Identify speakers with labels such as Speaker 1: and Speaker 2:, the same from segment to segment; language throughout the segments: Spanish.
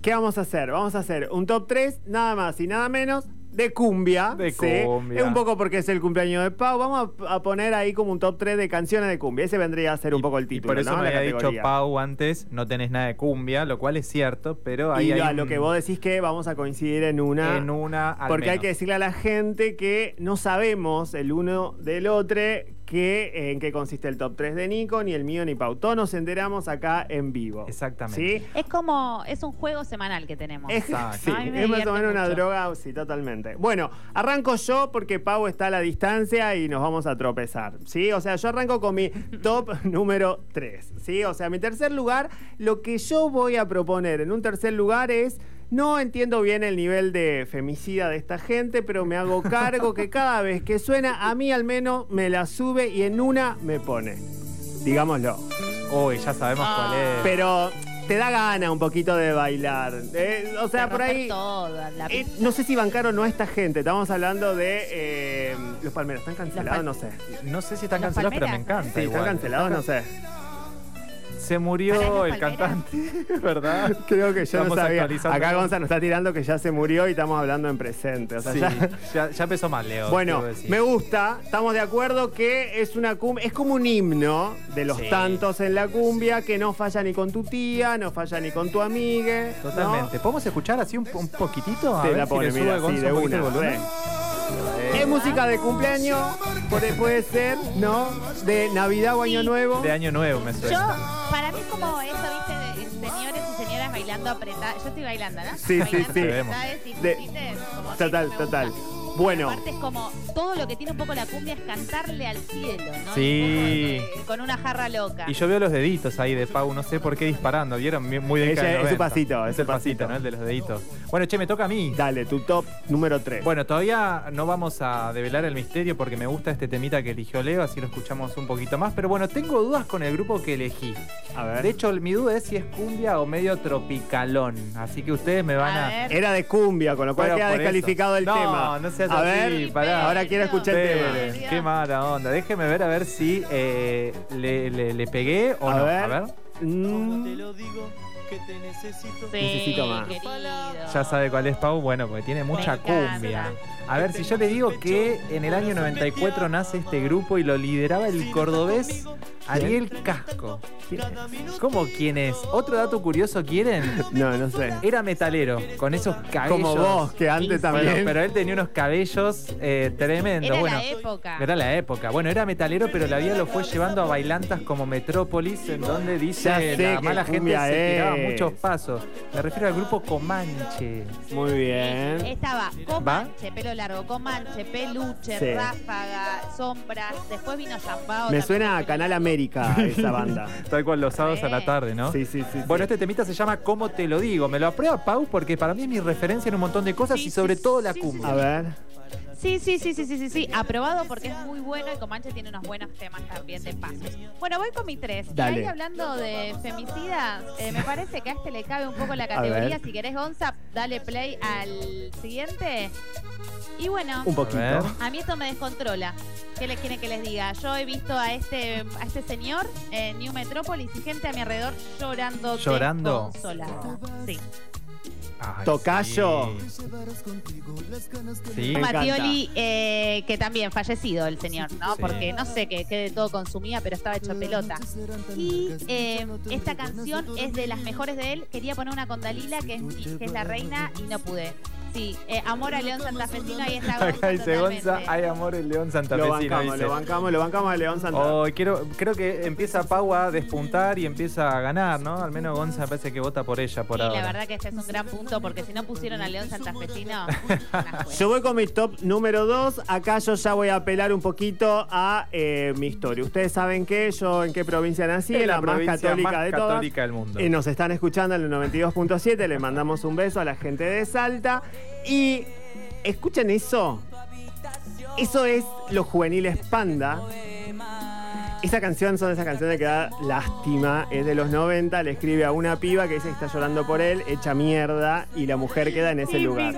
Speaker 1: ¿Qué vamos a hacer? Vamos a hacer un top 3, nada más y nada menos, de cumbia.
Speaker 2: De
Speaker 1: ¿sí?
Speaker 2: cumbia.
Speaker 1: Es un poco porque es el cumpleaños de Pau. Vamos a, a poner ahí como un top 3 de canciones de cumbia. Ese vendría a ser un
Speaker 2: Y-
Speaker 1: poco el
Speaker 2: y
Speaker 1: título.
Speaker 2: por eso
Speaker 1: ¿no?
Speaker 2: me
Speaker 1: La
Speaker 2: había dicho
Speaker 1: categoría.
Speaker 2: Pau antes, no tenés nada de cumbia, lo cual es cierto, pero ahí
Speaker 1: Y
Speaker 2: hay
Speaker 1: a
Speaker 2: un-
Speaker 1: lo que vos decís que vamos a coincidir en una.
Speaker 2: en una al
Speaker 1: porque hay
Speaker 2: menos.
Speaker 1: que decirle a la gente que no sabemos el uno del otro que, en qué consiste el top 3 de Nico, ni el mío, ni Pau. Todos nos enteramos acá en vivo.
Speaker 2: Exactamente.
Speaker 1: ¿Sí?
Speaker 3: Es como, es un juego semanal que tenemos.
Speaker 1: Es,
Speaker 2: Exacto.
Speaker 1: sí,
Speaker 3: A mí me
Speaker 1: es más
Speaker 3: divierte
Speaker 1: o menos una
Speaker 3: mucho.
Speaker 1: droga, sí, totalmente. Bueno, arranco yo porque Pau está a la distancia y nos vamos a tropezar, ¿sí? O sea, yo arranco con mi top número 3, ¿sí? O sea, mi tercer lugar, lo que yo voy a proponer en un tercer lugar es... No entiendo bien el nivel de femicida de esta gente, pero me hago cargo que cada vez que suena, a mí al menos me la sube y en una me pone. Digámoslo.
Speaker 2: Uy, ya sabemos
Speaker 3: Ah.
Speaker 2: cuál es.
Speaker 1: Pero te da gana un poquito de bailar. eh, o sea,
Speaker 3: Te
Speaker 1: por
Speaker 3: romper
Speaker 1: ahí...
Speaker 3: toda la
Speaker 1: Eh,
Speaker 3: pista.
Speaker 1: no sé si bancar o no a esta gente. Estamos hablando de eh, los palmeros. ¿Están cancelados?
Speaker 3: Los pal-
Speaker 1: No sé.
Speaker 2: no sé si están
Speaker 3: Los
Speaker 2: cancelados, pero me
Speaker 3: Palmeras.
Speaker 2: encanta.
Speaker 1: Sí, están
Speaker 2: igual.
Speaker 1: cancelados, no sé.
Speaker 2: Se
Speaker 3: Para
Speaker 2: murió
Speaker 3: los
Speaker 2: el
Speaker 3: Palmeras.
Speaker 2: cantante, ¿verdad?
Speaker 1: Creo que yo no
Speaker 2: Estamos
Speaker 1: sabía.
Speaker 2: actualizando.
Speaker 1: Acá Gonza nos está tirando que ya se murió y estamos hablando en presente. O sea,
Speaker 2: Sí,
Speaker 1: ya-
Speaker 2: ya, ya empezó mal, Leo.
Speaker 1: Bueno,
Speaker 2: debo decir.
Speaker 1: me gusta, estamos de acuerdo que es una cum- es como un himno de los
Speaker 2: Sí.
Speaker 1: tantos en la cumbia que no falla ni con tu tía, no falla ni con tu amiga.
Speaker 2: Totalmente. ¿Podemos escuchar así un, un poquitito? A
Speaker 1: Te
Speaker 2: ver
Speaker 1: la
Speaker 2: si
Speaker 1: pone,
Speaker 2: le sube
Speaker 1: mira,
Speaker 2: Gonza
Speaker 1: así de
Speaker 2: un poquito
Speaker 1: una.
Speaker 2: el volumen. Eh,
Speaker 1: Es música de cumpleaños, puede, puede ser, ¿no? De Navidad o Año
Speaker 3: Sí.
Speaker 1: Nuevo.
Speaker 2: De año nuevo me
Speaker 3: Yo,
Speaker 2: suena.
Speaker 3: para mí es como eso, viste, de señores y señoras bailando apretadas. Yo estoy bailando, ¿no?
Speaker 1: Sí, sí,
Speaker 3: Bailando
Speaker 1: sí.
Speaker 3: apretades y
Speaker 1: De-
Speaker 3: chiquites, como que
Speaker 1: Total,
Speaker 3: no me gusta.
Speaker 1: total. Bueno,
Speaker 3: Aparte es como, todo lo que tiene un poco la cumbia es cantarle al cielo, ¿no?
Speaker 2: Sí.
Speaker 3: Un poco, eh, con una jarra loca.
Speaker 2: Y yo veo los deditos ahí de Pau, no sé por qué disparando, vieron muy muy de
Speaker 1: Ella-
Speaker 2: cara de
Speaker 1: es su
Speaker 2: 90.
Speaker 1: pasito, es
Speaker 2: es el
Speaker 1: su pasito.
Speaker 2: pasito, ¿no? El de los deditos. Bueno, che, me toca a mí.
Speaker 1: dale, tu top número 3.
Speaker 2: Bueno, todavía no vamos a develar el misterio porque me gusta este temita que eligió Leo, así lo escuchamos un poquito más. Pero bueno, tengo dudas con el grupo que elegí.
Speaker 1: a
Speaker 2: De
Speaker 1: ver.
Speaker 2: hecho, mi duda es si es cumbia o medio tropicalón. Así que ustedes me van a.
Speaker 3: a ver,
Speaker 1: Era de cumbia, con lo cual
Speaker 2: Bueno,
Speaker 1: queda
Speaker 2: por eso.
Speaker 1: descalificado el
Speaker 2: No,
Speaker 1: tema.
Speaker 2: no seas
Speaker 1: a
Speaker 2: así,
Speaker 1: ver,
Speaker 2: pará.
Speaker 1: ahora quiero escuchar el
Speaker 3: Pero-
Speaker 1: tema.
Speaker 2: Pérez,
Speaker 3: tema.
Speaker 2: qué mala onda. Déjeme ver a ver si eh, le, le- le pegué o
Speaker 1: A
Speaker 2: no.
Speaker 1: ver.
Speaker 2: A ver.
Speaker 4: ¿Cómo te
Speaker 1: Mm,
Speaker 4: lo digo que te necesito?
Speaker 3: sí,
Speaker 1: necesito más.
Speaker 3: querido.
Speaker 2: Ya sabe cuál es Pau, bueno, porque tiene mucha
Speaker 3: encanta.
Speaker 2: cumbia. A ver, si yo le digo que en el año 94 nace este grupo y lo lideraba el cordobés Ariel Casco. ¿Cómo quién es? Otro dato curioso quieren.
Speaker 1: no, no sé.
Speaker 2: Era metalero, con esos cabellos.
Speaker 1: Como vos, que antes
Speaker 2: Bueno,
Speaker 1: también.
Speaker 2: pero él tenía unos cabellos eh, tremendos.
Speaker 3: Era
Speaker 2: bueno,
Speaker 3: la época.
Speaker 2: era la época. Bueno, era metalero, pero la vida lo fue llevando a bailantas como Metrópolis, en donde
Speaker 1: Ya
Speaker 2: dice
Speaker 1: sé
Speaker 2: la
Speaker 1: que
Speaker 2: mala gente
Speaker 1: cumbia
Speaker 2: se tiraba
Speaker 1: es.
Speaker 2: muchos pasos. Me refiero al grupo Comanche.
Speaker 1: Muy bien.
Speaker 3: Estaba Comanche, pelo largo, Comanche, peluche,
Speaker 1: Sí.
Speaker 3: ráfaga, sombras. Después vino Zambao.
Speaker 1: Me
Speaker 3: también
Speaker 1: suena a
Speaker 3: pelo
Speaker 1: Canal
Speaker 3: largo.
Speaker 1: América esa banda.
Speaker 2: Tal cual los sábados a la tarde, ¿no?
Speaker 1: Sí, sí, sí. sí.
Speaker 2: Bueno, este temita se llama ¿Cómo te lo digo? Me lo aprueba Pau porque para mí es mi referencia en un montón de cosas
Speaker 3: Sí,
Speaker 2: y sobre
Speaker 3: sí,
Speaker 2: todo la
Speaker 3: sí, sí,
Speaker 2: cumbia.
Speaker 1: A ver.
Speaker 3: Sí, sí, sí, sí, sí, sí, sí. Aprobado porque es muy bueno y Comanche tiene unos buenos temas también de pasos. Bueno, voy con mi tres.
Speaker 1: Dale.
Speaker 3: Y ahí hablando de femicidas, eh, me parece que a este le cabe un poco la
Speaker 1: ver.
Speaker 3: categoría. Si querés, Gonza, dale play al siguiente. Y bueno,
Speaker 1: Un
Speaker 2: ver.
Speaker 1: poquito.
Speaker 3: a mí esto me descontrola. ¿Qué les quieren que les diga? Yo he visto a este, a este señor en New Metropolis y gente a mi alrededor llorando.
Speaker 2: ¿Llorando?
Speaker 3: desconsolada. Sí.
Speaker 2: Ay,
Speaker 1: Tocayo.
Speaker 2: Sí. Sí.
Speaker 1: Me encanta.
Speaker 3: Matioli, eh, que también fallecido el señor, ¿no?
Speaker 2: Sí.
Speaker 3: Porque no sé qué, qué de todo consumía, pero estaba hecho pelota. Y eh, esta canción es de las mejores de él. Quería poner una con Dalila, que es, mi- que es la reina, y no pude. Sí, eh, amor a León Santafesino, ahí está. Gonza
Speaker 2: Acá dice Gonza,
Speaker 3: totalmente.
Speaker 2: hay amor el León
Speaker 1: Lo
Speaker 2: Santafesino.
Speaker 1: bancamos,
Speaker 2: dice.
Speaker 1: lo bancamos, lo bancamos a León Santana.
Speaker 2: Oh, quiero, creo que empieza Pau a despuntar y empieza a ganar, ¿no? Al menos Gonza parece que vota por ella por
Speaker 3: Sí,
Speaker 2: ahora.
Speaker 3: la verdad que este es un gran punto, porque si no pusieron a León Santafesino, una juega.
Speaker 1: Yo voy con mi top número 2. Acá yo ya voy a apelar un poquito a eh, mi historia. Ustedes saben que yo en qué provincia nací,
Speaker 2: Es
Speaker 1: en la, más
Speaker 2: provincia
Speaker 1: católica
Speaker 2: más
Speaker 1: de todas.
Speaker 2: católica del mundo.
Speaker 1: Y nos están escuchando en el 92.7. Le mandamos un beso a la gente de Salta. Y escuchen eso. Eso es Los Juveniles Panda. Esa canción son esas canciones que da lástima. Es de los 90. Le escribe a una piba que dice que está llorando por él, hecha mierda. Y la mujer queda en ese lugar.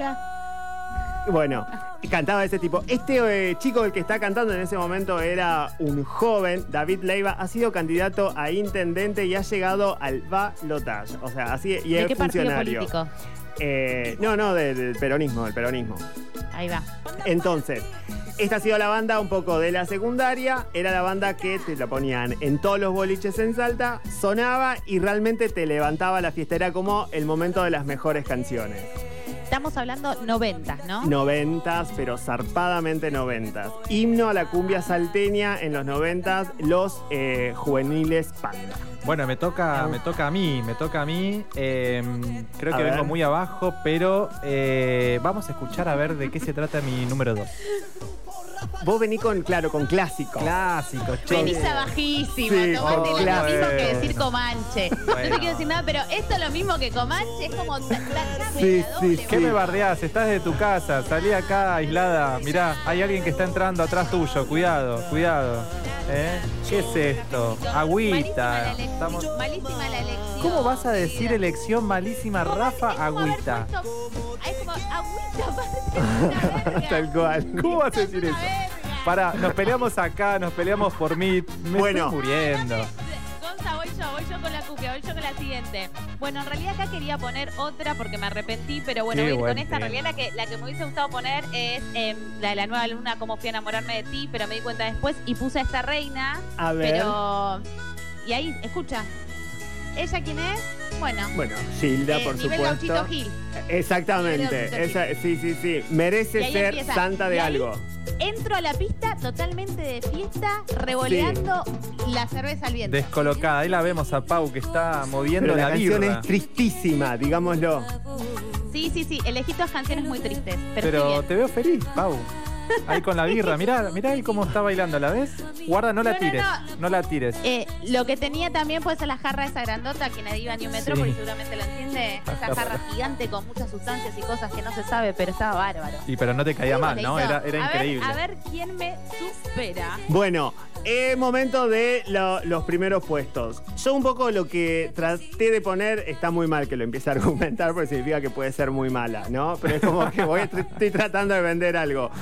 Speaker 1: Bueno, cantaba ese tipo. Este eh, chico, el que está cantando en ese momento, era un joven. David Leiva ha sido candidato a intendente y ha llegado al balotage. O sea, así y
Speaker 3: ¿De
Speaker 1: es
Speaker 3: qué partido
Speaker 1: funcionario.
Speaker 3: político?
Speaker 1: Eh, no, no, del, del peronismo, del peronismo.
Speaker 3: Ahí va.
Speaker 1: Entonces, esta ha sido la banda un poco de la secundaria. Era la banda que te la ponían en todos los boliches en Salta, sonaba y realmente te levantaba la fiesta. Era como el momento de las mejores canciones.
Speaker 3: Estamos hablando 90, ¿no?
Speaker 1: Noventas, pero zarpadamente noventas. Himno a la cumbia salteña en los noventas, los eh, juveniles panda.
Speaker 2: Bueno, me toca, me toca a mí, me toca a mí. Eh, creo
Speaker 1: A
Speaker 2: que
Speaker 1: ver.
Speaker 2: vengo muy abajo, pero eh, vamos a escuchar a ver de qué se trata mi número 2.
Speaker 1: Vos venís con, claro, con clásicos.
Speaker 2: Clásico, che.
Speaker 3: Venís a bajísimo,
Speaker 1: Sí,
Speaker 3: tomaste
Speaker 1: oh,
Speaker 3: lo
Speaker 1: claro.
Speaker 3: mismo que decir
Speaker 2: Bueno.
Speaker 3: Comanche. No
Speaker 2: Bueno.
Speaker 3: te quiero decir nada, pero esto es lo mismo que Comanche, es como ta- tachame
Speaker 1: Sí,
Speaker 3: la
Speaker 1: sí,
Speaker 3: doble.
Speaker 2: ¿Qué me bardeás? Estás de tu casa, salí acá aislada. Mirá, hay alguien que está entrando atrás tuyo. Cuidado, cuidado. ¿Eh? ¿Qué es esto?
Speaker 3: Malísima la
Speaker 2: Agüita.
Speaker 3: elección.
Speaker 2: Estamos-
Speaker 3: Malísima la elección.
Speaker 2: ¿Cómo vas a decir elección malísima,
Speaker 3: Como- es
Speaker 2: Rafa?
Speaker 3: como haber
Speaker 2: Agüita.
Speaker 3: puesto- ah, Es como agüita, aparte, es una
Speaker 1: Tal
Speaker 3: verga.
Speaker 1: cual.
Speaker 2: ¿Cómo vas a
Speaker 3: Esto es
Speaker 2: decir
Speaker 3: una
Speaker 2: eso?
Speaker 3: verga.
Speaker 2: Para, nos peleamos acá, nos peleamos por mí. Me
Speaker 1: Bueno.
Speaker 2: estoy muriendo.
Speaker 3: Gonza, voy yo, voy yo con la cumbia, voy yo con la siguiente. Bueno, en realidad acá quería poner otra porque me arrepentí, pero bueno,
Speaker 2: Qué
Speaker 3: voy a ir
Speaker 2: buen
Speaker 3: con esta. En
Speaker 2: tema.
Speaker 3: realidad la que, la que me hubiese gustado poner es eh, la de la nueva luna, cómo fui a enamorarme de ti, pero me di cuenta después y puse a esta reina,
Speaker 1: A ver.
Speaker 3: pero... Y ahí, escucha, ¿ella quién es? Bueno,
Speaker 1: Bueno, Gilda,
Speaker 3: eh,
Speaker 1: por
Speaker 3: nivel
Speaker 1: supuesto.
Speaker 3: Gauchito Gil.
Speaker 1: Exactamente.
Speaker 3: Nivel Gauchito
Speaker 1: Esa- sí, sí, sí.
Speaker 3: Y
Speaker 1: Merece
Speaker 3: ahí
Speaker 1: ser
Speaker 3: empieza.
Speaker 1: santa
Speaker 3: Y
Speaker 1: de
Speaker 3: ahí-
Speaker 1: algo.
Speaker 3: Entro a la pista totalmente de fiesta, revoleando la cerveza al viento.
Speaker 2: Descolocada. Ahí la vemos a Pau que está moviendo
Speaker 1: Pero la,
Speaker 2: la,
Speaker 1: canción
Speaker 2: birra.
Speaker 1: es tristísima, digámoslo.
Speaker 3: Sí, sí, sí, elegí todas canciones muy tristes, pero, estoy bien.
Speaker 2: Pero te veo feliz, Pau. Ahí con la birra. Mirá, mirá ahí cómo está bailando, ¿la ves? Guarda, no la
Speaker 3: No, no,
Speaker 2: tires.
Speaker 3: no.
Speaker 2: No la tires.
Speaker 3: Eh, lo que tenía también puede ser la jarra esa grandota que nadie iba ni un metro
Speaker 2: Sí.
Speaker 3: porque seguramente lo entiende.
Speaker 2: La
Speaker 3: Esa
Speaker 2: jarra.
Speaker 3: jarra gigante con muchas sustancias y cosas que no se sabe, pero estaba bárbaro.
Speaker 2: Y pero no te caía
Speaker 3: Bueno,
Speaker 2: mal,
Speaker 3: le
Speaker 2: ¿no?
Speaker 3: hizo-
Speaker 2: Era, era
Speaker 3: a ver-
Speaker 2: increíble.
Speaker 3: a ver quién me supera.
Speaker 1: Bueno, eh, momento de lo- los primeros puestos. Yo un poco lo que traté de poner, está muy mal que lo empiece a argumentar porque significa que puede ser muy mala, ¿no? Pero es como que voy, tr- estoy tratando de vender algo.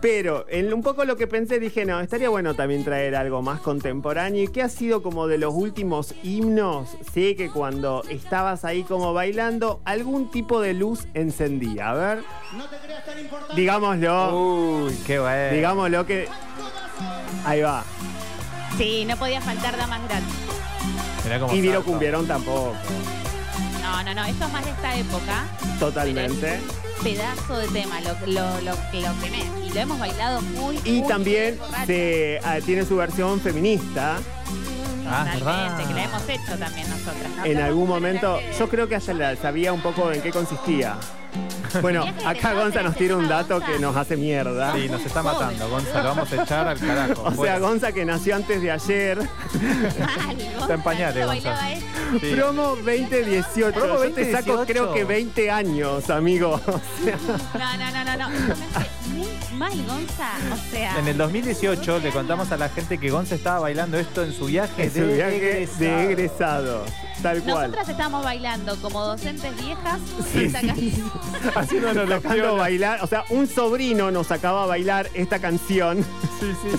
Speaker 1: Pero en un poco lo que pensé dije, no, estaría bueno también traer algo más contemporáneo y que ha sido como de los últimos himnos, sí, que cuando estabas ahí como bailando, algún tipo de luz encendía. A ver, digámoslo,
Speaker 2: Uy, qué bueno.
Speaker 1: digámoslo que... Ahí va.
Speaker 3: Sí, no podía faltar damas grandes.
Speaker 2: Mirá cómo
Speaker 1: Y Viro
Speaker 2: salta.
Speaker 1: Cumbierón tampoco,
Speaker 3: No, no, no, esto es más de esta época.
Speaker 1: totalmente.
Speaker 3: Pedazo de tema, lo, lo, lo, lo quemé. Y lo hemos bailado muy
Speaker 1: Y
Speaker 3: muy
Speaker 1: también
Speaker 3: borracho.
Speaker 1: se- ah, tiene su versión feminista.
Speaker 2: Ah, es
Speaker 3: Totalmente,
Speaker 2: verdad.
Speaker 3: que la hemos hecho también nosotras. ¿no?
Speaker 1: En
Speaker 3: Somos
Speaker 1: algún
Speaker 3: un
Speaker 1: momento,
Speaker 3: personaje-
Speaker 1: yo creo que ayer la- sabía un poco en qué consistía. Bueno,
Speaker 3: Tenías que
Speaker 1: acá
Speaker 3: pensar
Speaker 1: Gonza
Speaker 3: en
Speaker 1: nos
Speaker 3: ese
Speaker 1: tira un
Speaker 3: tema,
Speaker 1: dato
Speaker 3: Gonza.
Speaker 1: que nos hace mierda.
Speaker 2: Sí, nos está matando, Gonzalo. Vamos a echar al carajo.
Speaker 1: O sea,
Speaker 2: Fuera.
Speaker 1: Gonza que nació antes de ayer.
Speaker 3: Mal, Gonza,
Speaker 2: en pañales,
Speaker 3: yo
Speaker 2: Gonza.
Speaker 3: bailaba esto.
Speaker 2: Sí.
Speaker 1: Promo 2018.
Speaker 2: Promo
Speaker 1: Yo te saco
Speaker 2: 2018.
Speaker 1: creo que 20 años, amigo.
Speaker 3: No, no, no, no, no. Tomaste muy mal, Gonza. O sea,
Speaker 2: En el 2018 le contamos a la gente que Gonza estaba bailando esto en su viaje
Speaker 1: Es
Speaker 2: de
Speaker 1: un viaje de
Speaker 2: egresado.
Speaker 1: egresado. Tal cual.
Speaker 3: nosotras estábamos bailando como docentes viejas
Speaker 1: Sí,
Speaker 3: esta canción.
Speaker 1: Haciéndonos dejando bailar. O sea, un sobrino nos sacaba a bailar esta canción. Sí, sí,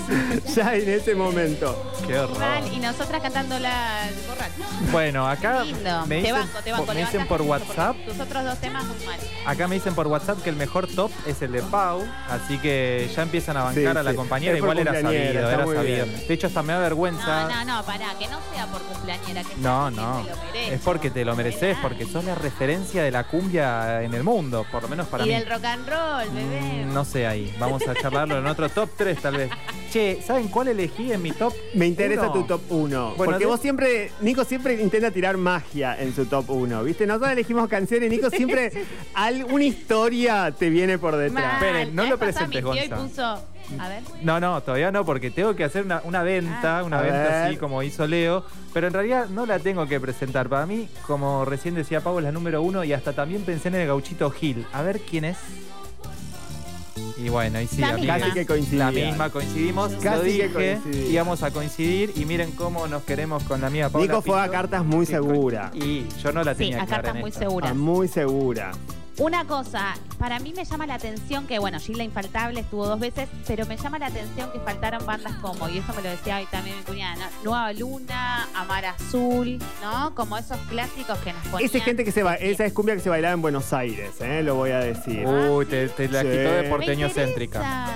Speaker 1: sí. ya en ese momento.
Speaker 2: Qué horror.
Speaker 3: mal y nosotras cantando la borracha.
Speaker 2: Bueno, acá
Speaker 3: Lindo.
Speaker 2: Ah, me
Speaker 3: te
Speaker 2: dicen,
Speaker 3: banco, te banco.
Speaker 2: me
Speaker 3: levantás
Speaker 2: dicen por
Speaker 3: mucho, porque
Speaker 2: WhatsApp,
Speaker 3: Tus otros dos temas muy mal.
Speaker 2: acá me dicen por WhatsApp que el mejor top es el de Pau, así que ya empiezan a bancar
Speaker 1: Sí,
Speaker 2: a la
Speaker 1: sí.
Speaker 2: compañera,
Speaker 1: Es por
Speaker 2: igual era
Speaker 1: cumpleañera,
Speaker 2: sabido,
Speaker 1: está
Speaker 2: era
Speaker 1: muy
Speaker 2: sabido.
Speaker 1: bien.
Speaker 2: De hecho hasta me da vergüenza.
Speaker 3: No, no, no, pará, que no sea por cumpleañera. Que
Speaker 2: No, no.
Speaker 3: sea porque me lo merezco.
Speaker 2: Es porque te lo mereces, porque sos la referencia de la cumbia en el mundo, por lo menos para
Speaker 3: y
Speaker 2: mí.
Speaker 3: del rock and roll, bebé.
Speaker 2: Mm, No sé ahí. Vamos a charlarlo en otro top 3 tal vez. Che, ¿saben cuál elegí en mi top?
Speaker 1: Me interesa
Speaker 2: uno?
Speaker 1: tu top 1.
Speaker 2: Bueno,
Speaker 1: porque
Speaker 2: de-
Speaker 1: vos siempre, Nico siempre intenta tirar magia en su top 1. ¿Viste? Nosotros elegimos canciones, Nico siempre alguna historia te viene por detrás.
Speaker 3: Mal.
Speaker 2: Esperen, no
Speaker 3: La
Speaker 2: lo
Speaker 3: vez pasada
Speaker 2: presentes,
Speaker 3: mi tío y
Speaker 2: Gonza.
Speaker 3: puso- a ver.
Speaker 2: No, no, todavía no, porque tengo que hacer una, una venta,
Speaker 3: Ah.
Speaker 2: una
Speaker 1: A
Speaker 2: venta
Speaker 1: ver.
Speaker 2: así como hizo Leo, pero en realidad no la tengo que presentar. Para mí, como recién decía Pablo, es la número uno y hasta también pensé en el gauchito Gil. A ver quién es. Y bueno, y sí,
Speaker 3: La
Speaker 2: a mí
Speaker 3: misma.
Speaker 2: me-
Speaker 1: Casi que coincidía.
Speaker 2: La misma coincidimos,
Speaker 1: Casi
Speaker 2: lo
Speaker 1: que
Speaker 2: dije,
Speaker 1: coincidía.
Speaker 2: íbamos a coincidir y miren cómo nos queremos con la amiga Paula.
Speaker 1: Nico fue a
Speaker 2: Pinto.
Speaker 1: cartas muy
Speaker 2: Sí,
Speaker 1: segura.
Speaker 2: Y yo no la
Speaker 3: Sí,
Speaker 2: tenía
Speaker 3: acá
Speaker 2: clara
Speaker 3: estás
Speaker 2: en
Speaker 3: muy
Speaker 2: esta.
Speaker 3: segura.
Speaker 1: Ah, Muy segura.
Speaker 3: Una cosa, para mí me llama la atención que, bueno, Gilda Infaltable estuvo dos veces, pero me llama la atención que faltaron bandas como, y eso me lo decía hoy también mi cuñada, ¿no? Nueva Luna, Amar Azul, ¿no? Como esos clásicos que nos ponían.
Speaker 1: Esa es gente que se va, esa es cumbia que se bailaba en Buenos Aires, ¿eh? lo voy a decir.
Speaker 2: Uy, te, te la
Speaker 1: Sí.
Speaker 2: quitó de
Speaker 1: Me
Speaker 2: porteño
Speaker 3: Me interesa.
Speaker 2: céntrica.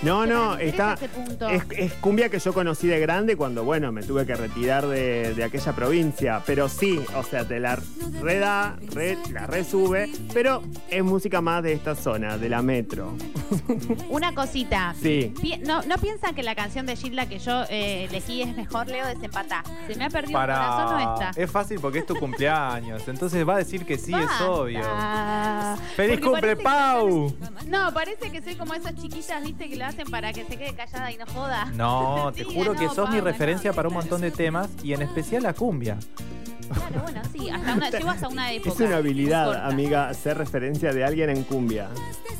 Speaker 1: No,
Speaker 3: Me
Speaker 1: no,
Speaker 3: interesa
Speaker 1: está.
Speaker 3: ese punto.
Speaker 1: Es, es cumbia que yo conocí de grande cuando, bueno, me tuve que retirar de, de aquella provincia. Pero sí, o sea, te la reda, re, la resube. Pero es música más de esta zona, de la metro.
Speaker 3: Una cosita.
Speaker 1: Sí.
Speaker 3: Pi- no, no piensan que la canción de Gilda que yo eh, elegí es mejor, Leo, desempatá. Se me ha perdido un corazón o
Speaker 2: Para.
Speaker 3: esta.
Speaker 2: Es fácil porque es tu cumpleaños. Entonces va a decir que sí, es
Speaker 3: Basta.
Speaker 2: obvio. ¡Feliz
Speaker 3: Porque
Speaker 2: cumple,
Speaker 3: parece que-
Speaker 2: Pau!
Speaker 3: No, parece que soy como esas chiquillas, viste, que lo hacen para que se quede callada y no joda.
Speaker 2: No, te
Speaker 3: Diga,
Speaker 2: juro que
Speaker 3: no,
Speaker 2: sos mi
Speaker 3: Pau, no,
Speaker 2: referencia
Speaker 3: sí,
Speaker 2: para un
Speaker 3: claro.
Speaker 2: montón de temas y en especial la cumbia.
Speaker 3: Claro, bueno, sí, hasta una, llevo hasta una época.
Speaker 1: Es una habilidad,
Speaker 3: corta.
Speaker 1: amiga, ser referencia de alguien en cumbia.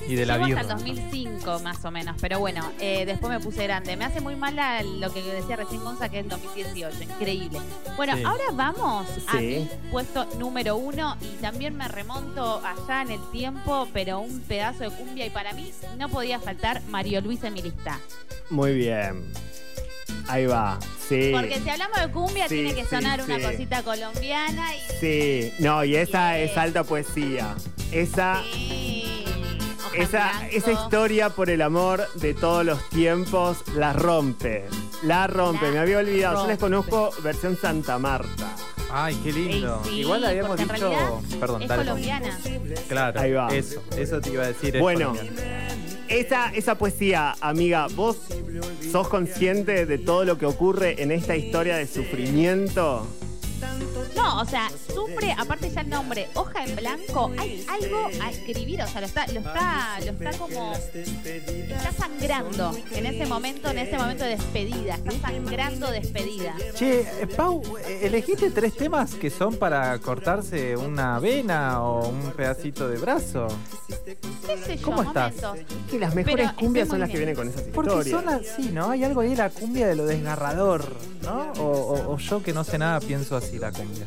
Speaker 2: Y de la
Speaker 3: Llevo
Speaker 2: birra.
Speaker 3: hasta el 2005 más o menos, pero bueno, eh, después me puse grande. Me hace muy mal la- lo que decía recién Gonza, que es el 2018, increíble. Bueno,
Speaker 2: Sí.
Speaker 3: ahora vamos
Speaker 1: Sí.
Speaker 3: a mi puesto número uno y también me remonto allá en el tiempo, pero un pedazo de cumbia y para mí no podía faltar Mario Luis en mi lista.
Speaker 1: Muy bien. Ahí va. Sí.
Speaker 3: Porque si hablamos de cumbia
Speaker 1: Sí,
Speaker 3: tiene que
Speaker 1: sí,
Speaker 3: sonar una
Speaker 1: sí.
Speaker 3: cosita colombiana y...
Speaker 1: Sí. No, y esa
Speaker 3: Sí.
Speaker 1: es alta poesía.
Speaker 2: Ah.
Speaker 1: Esa.
Speaker 3: Sí, Hoja en
Speaker 1: Esa,
Speaker 3: Blanco.
Speaker 1: esa historia por el amor de todos los tiempos la rompe. La rompe.
Speaker 3: La
Speaker 1: Me había olvidado. Yo les
Speaker 3: rompe.
Speaker 1: conozco versión Santa Marta.
Speaker 2: Ay, qué lindo.
Speaker 3: Ey, sí,
Speaker 2: Igual habíamos
Speaker 3: porque en
Speaker 2: dicho.
Speaker 3: realidad
Speaker 2: Perdón,
Speaker 3: Es
Speaker 2: dale.
Speaker 3: colombiana.
Speaker 2: Claro.
Speaker 1: Ahí va.
Speaker 2: Eso, eso te iba a decir. es
Speaker 1: Bueno.
Speaker 2: colombiana.
Speaker 1: Esa, esa poesía, amiga, ¿vos sos consciente de todo lo que ocurre en esta historia de sufrimiento?
Speaker 3: No, o sea, sufre, aparte ya el nombre, hoja en blanco, hay algo a escribir, o sea, lo está, lo está, lo está como. Está sangrando en ese momento, en ese momento de despedida, está sangrando despedida.
Speaker 2: Che, eh, Pau, eh, elegiste tres temas que son para cortarse una vena o un pedacito de brazo.
Speaker 3: ¿Qué sé yo?
Speaker 2: ¿Cómo estás?
Speaker 3: momentos.
Speaker 1: Es que las mejores
Speaker 3: Pero
Speaker 1: cumbias son
Speaker 3: estoy muy
Speaker 1: las que vienen
Speaker 3: bien.
Speaker 1: con esas
Speaker 2: Porque
Speaker 1: historias.
Speaker 2: son así, ¿no? Hay algo ahí de la cumbia de lo desgarrador, ¿no? O, o- o yo que no sé nada pienso así la cumbia.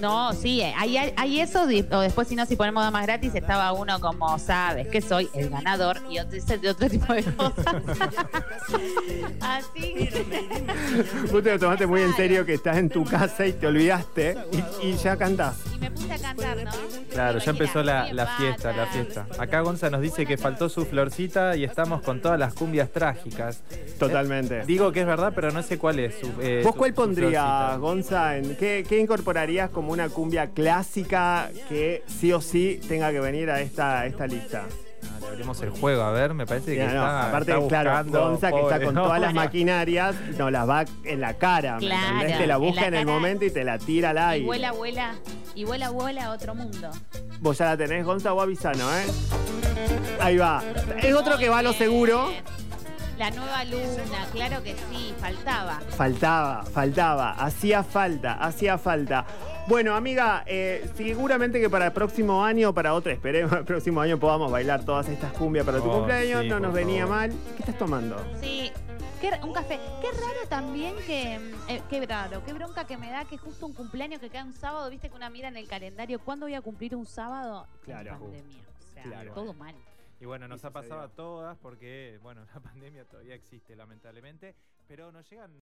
Speaker 3: No, sí, eh, hay, hay eso, di- o después si no, si ponemos más gratis, estaba uno como, sabes que soy el ganador y otro, ese- de otro tipo de cosas. Así.
Speaker 1: Vos te lo tomaste muy en serio que estás en tu casa y te olvidaste y, y ya cantás.
Speaker 3: Y me puse a cantar, ¿no?
Speaker 2: Claro, ya empezó la, la
Speaker 3: Imagina,
Speaker 2: fiesta, la
Speaker 3: pata.
Speaker 2: fiesta. Acá Gonza nos dice que faltó su florcita y estamos con todas las cumbias trágicas. Eh,
Speaker 1: Totalmente.
Speaker 2: Digo que es verdad, pero no sé cuál es su. eh,
Speaker 1: ¿Vos
Speaker 2: su-
Speaker 1: cuál
Speaker 2: su
Speaker 1: pondrías,
Speaker 2: florcita.
Speaker 1: Gonza? en- qué, qué incorporarías como una cumbia clásica que sí o sí tenga que venir a esta, a esta lista?
Speaker 2: Ah, le abrimos el juego, a ver, me parece que
Speaker 1: Ya, no,
Speaker 2: está,
Speaker 1: aparte,
Speaker 2: está
Speaker 1: claro,
Speaker 2: buscando,
Speaker 1: Gonza que está
Speaker 2: pobre,
Speaker 1: con
Speaker 2: ¿no?
Speaker 1: todas las
Speaker 3: Bueno.
Speaker 1: maquinarias, nos las va en la cara. ¿me
Speaker 3: Claro,
Speaker 1: entendés? Te la
Speaker 3: en
Speaker 1: busca
Speaker 3: la
Speaker 1: en, el
Speaker 3: cara.
Speaker 1: momento y te la tira al aire.
Speaker 3: Y vuela, vuela, y vuela, vuela a otro mundo.
Speaker 1: Vos ya la tenés, Gonza, vos avisano, ¿eh? Ahí va. Es otro que va a lo
Speaker 3: Muy
Speaker 1: seguro.
Speaker 3: bien. La nueva luna, claro que sí, faltaba.
Speaker 1: Faltaba, faltaba, hacía falta, hacía falta. Bueno, amiga, eh, seguramente que para el próximo año, para otro, esperemos, el próximo año podamos bailar todas estas cumbias para tu
Speaker 2: Oh,
Speaker 1: cumpleaños,
Speaker 2: sí,
Speaker 1: no
Speaker 2: por
Speaker 1: nos venía
Speaker 2: favor.
Speaker 1: mal. ¿Qué estás tomando?
Speaker 3: Sí. Qué r- un café. Qué raro también que. mm, eh, qué raro, qué bronca que me da que justo un cumpleaños que cae un sábado, viste que una mira en el calendario, ¿cuándo voy a cumplir un sábado?
Speaker 1: Claro.
Speaker 3: Pandemia. O sea,
Speaker 1: Claro.
Speaker 3: todo mal.
Speaker 2: Y bueno, nos
Speaker 1: Y
Speaker 2: ha pasado a
Speaker 1: sucedió.
Speaker 2: todas porque, bueno, la pandemia todavía existe, lamentablemente, pero nos llegan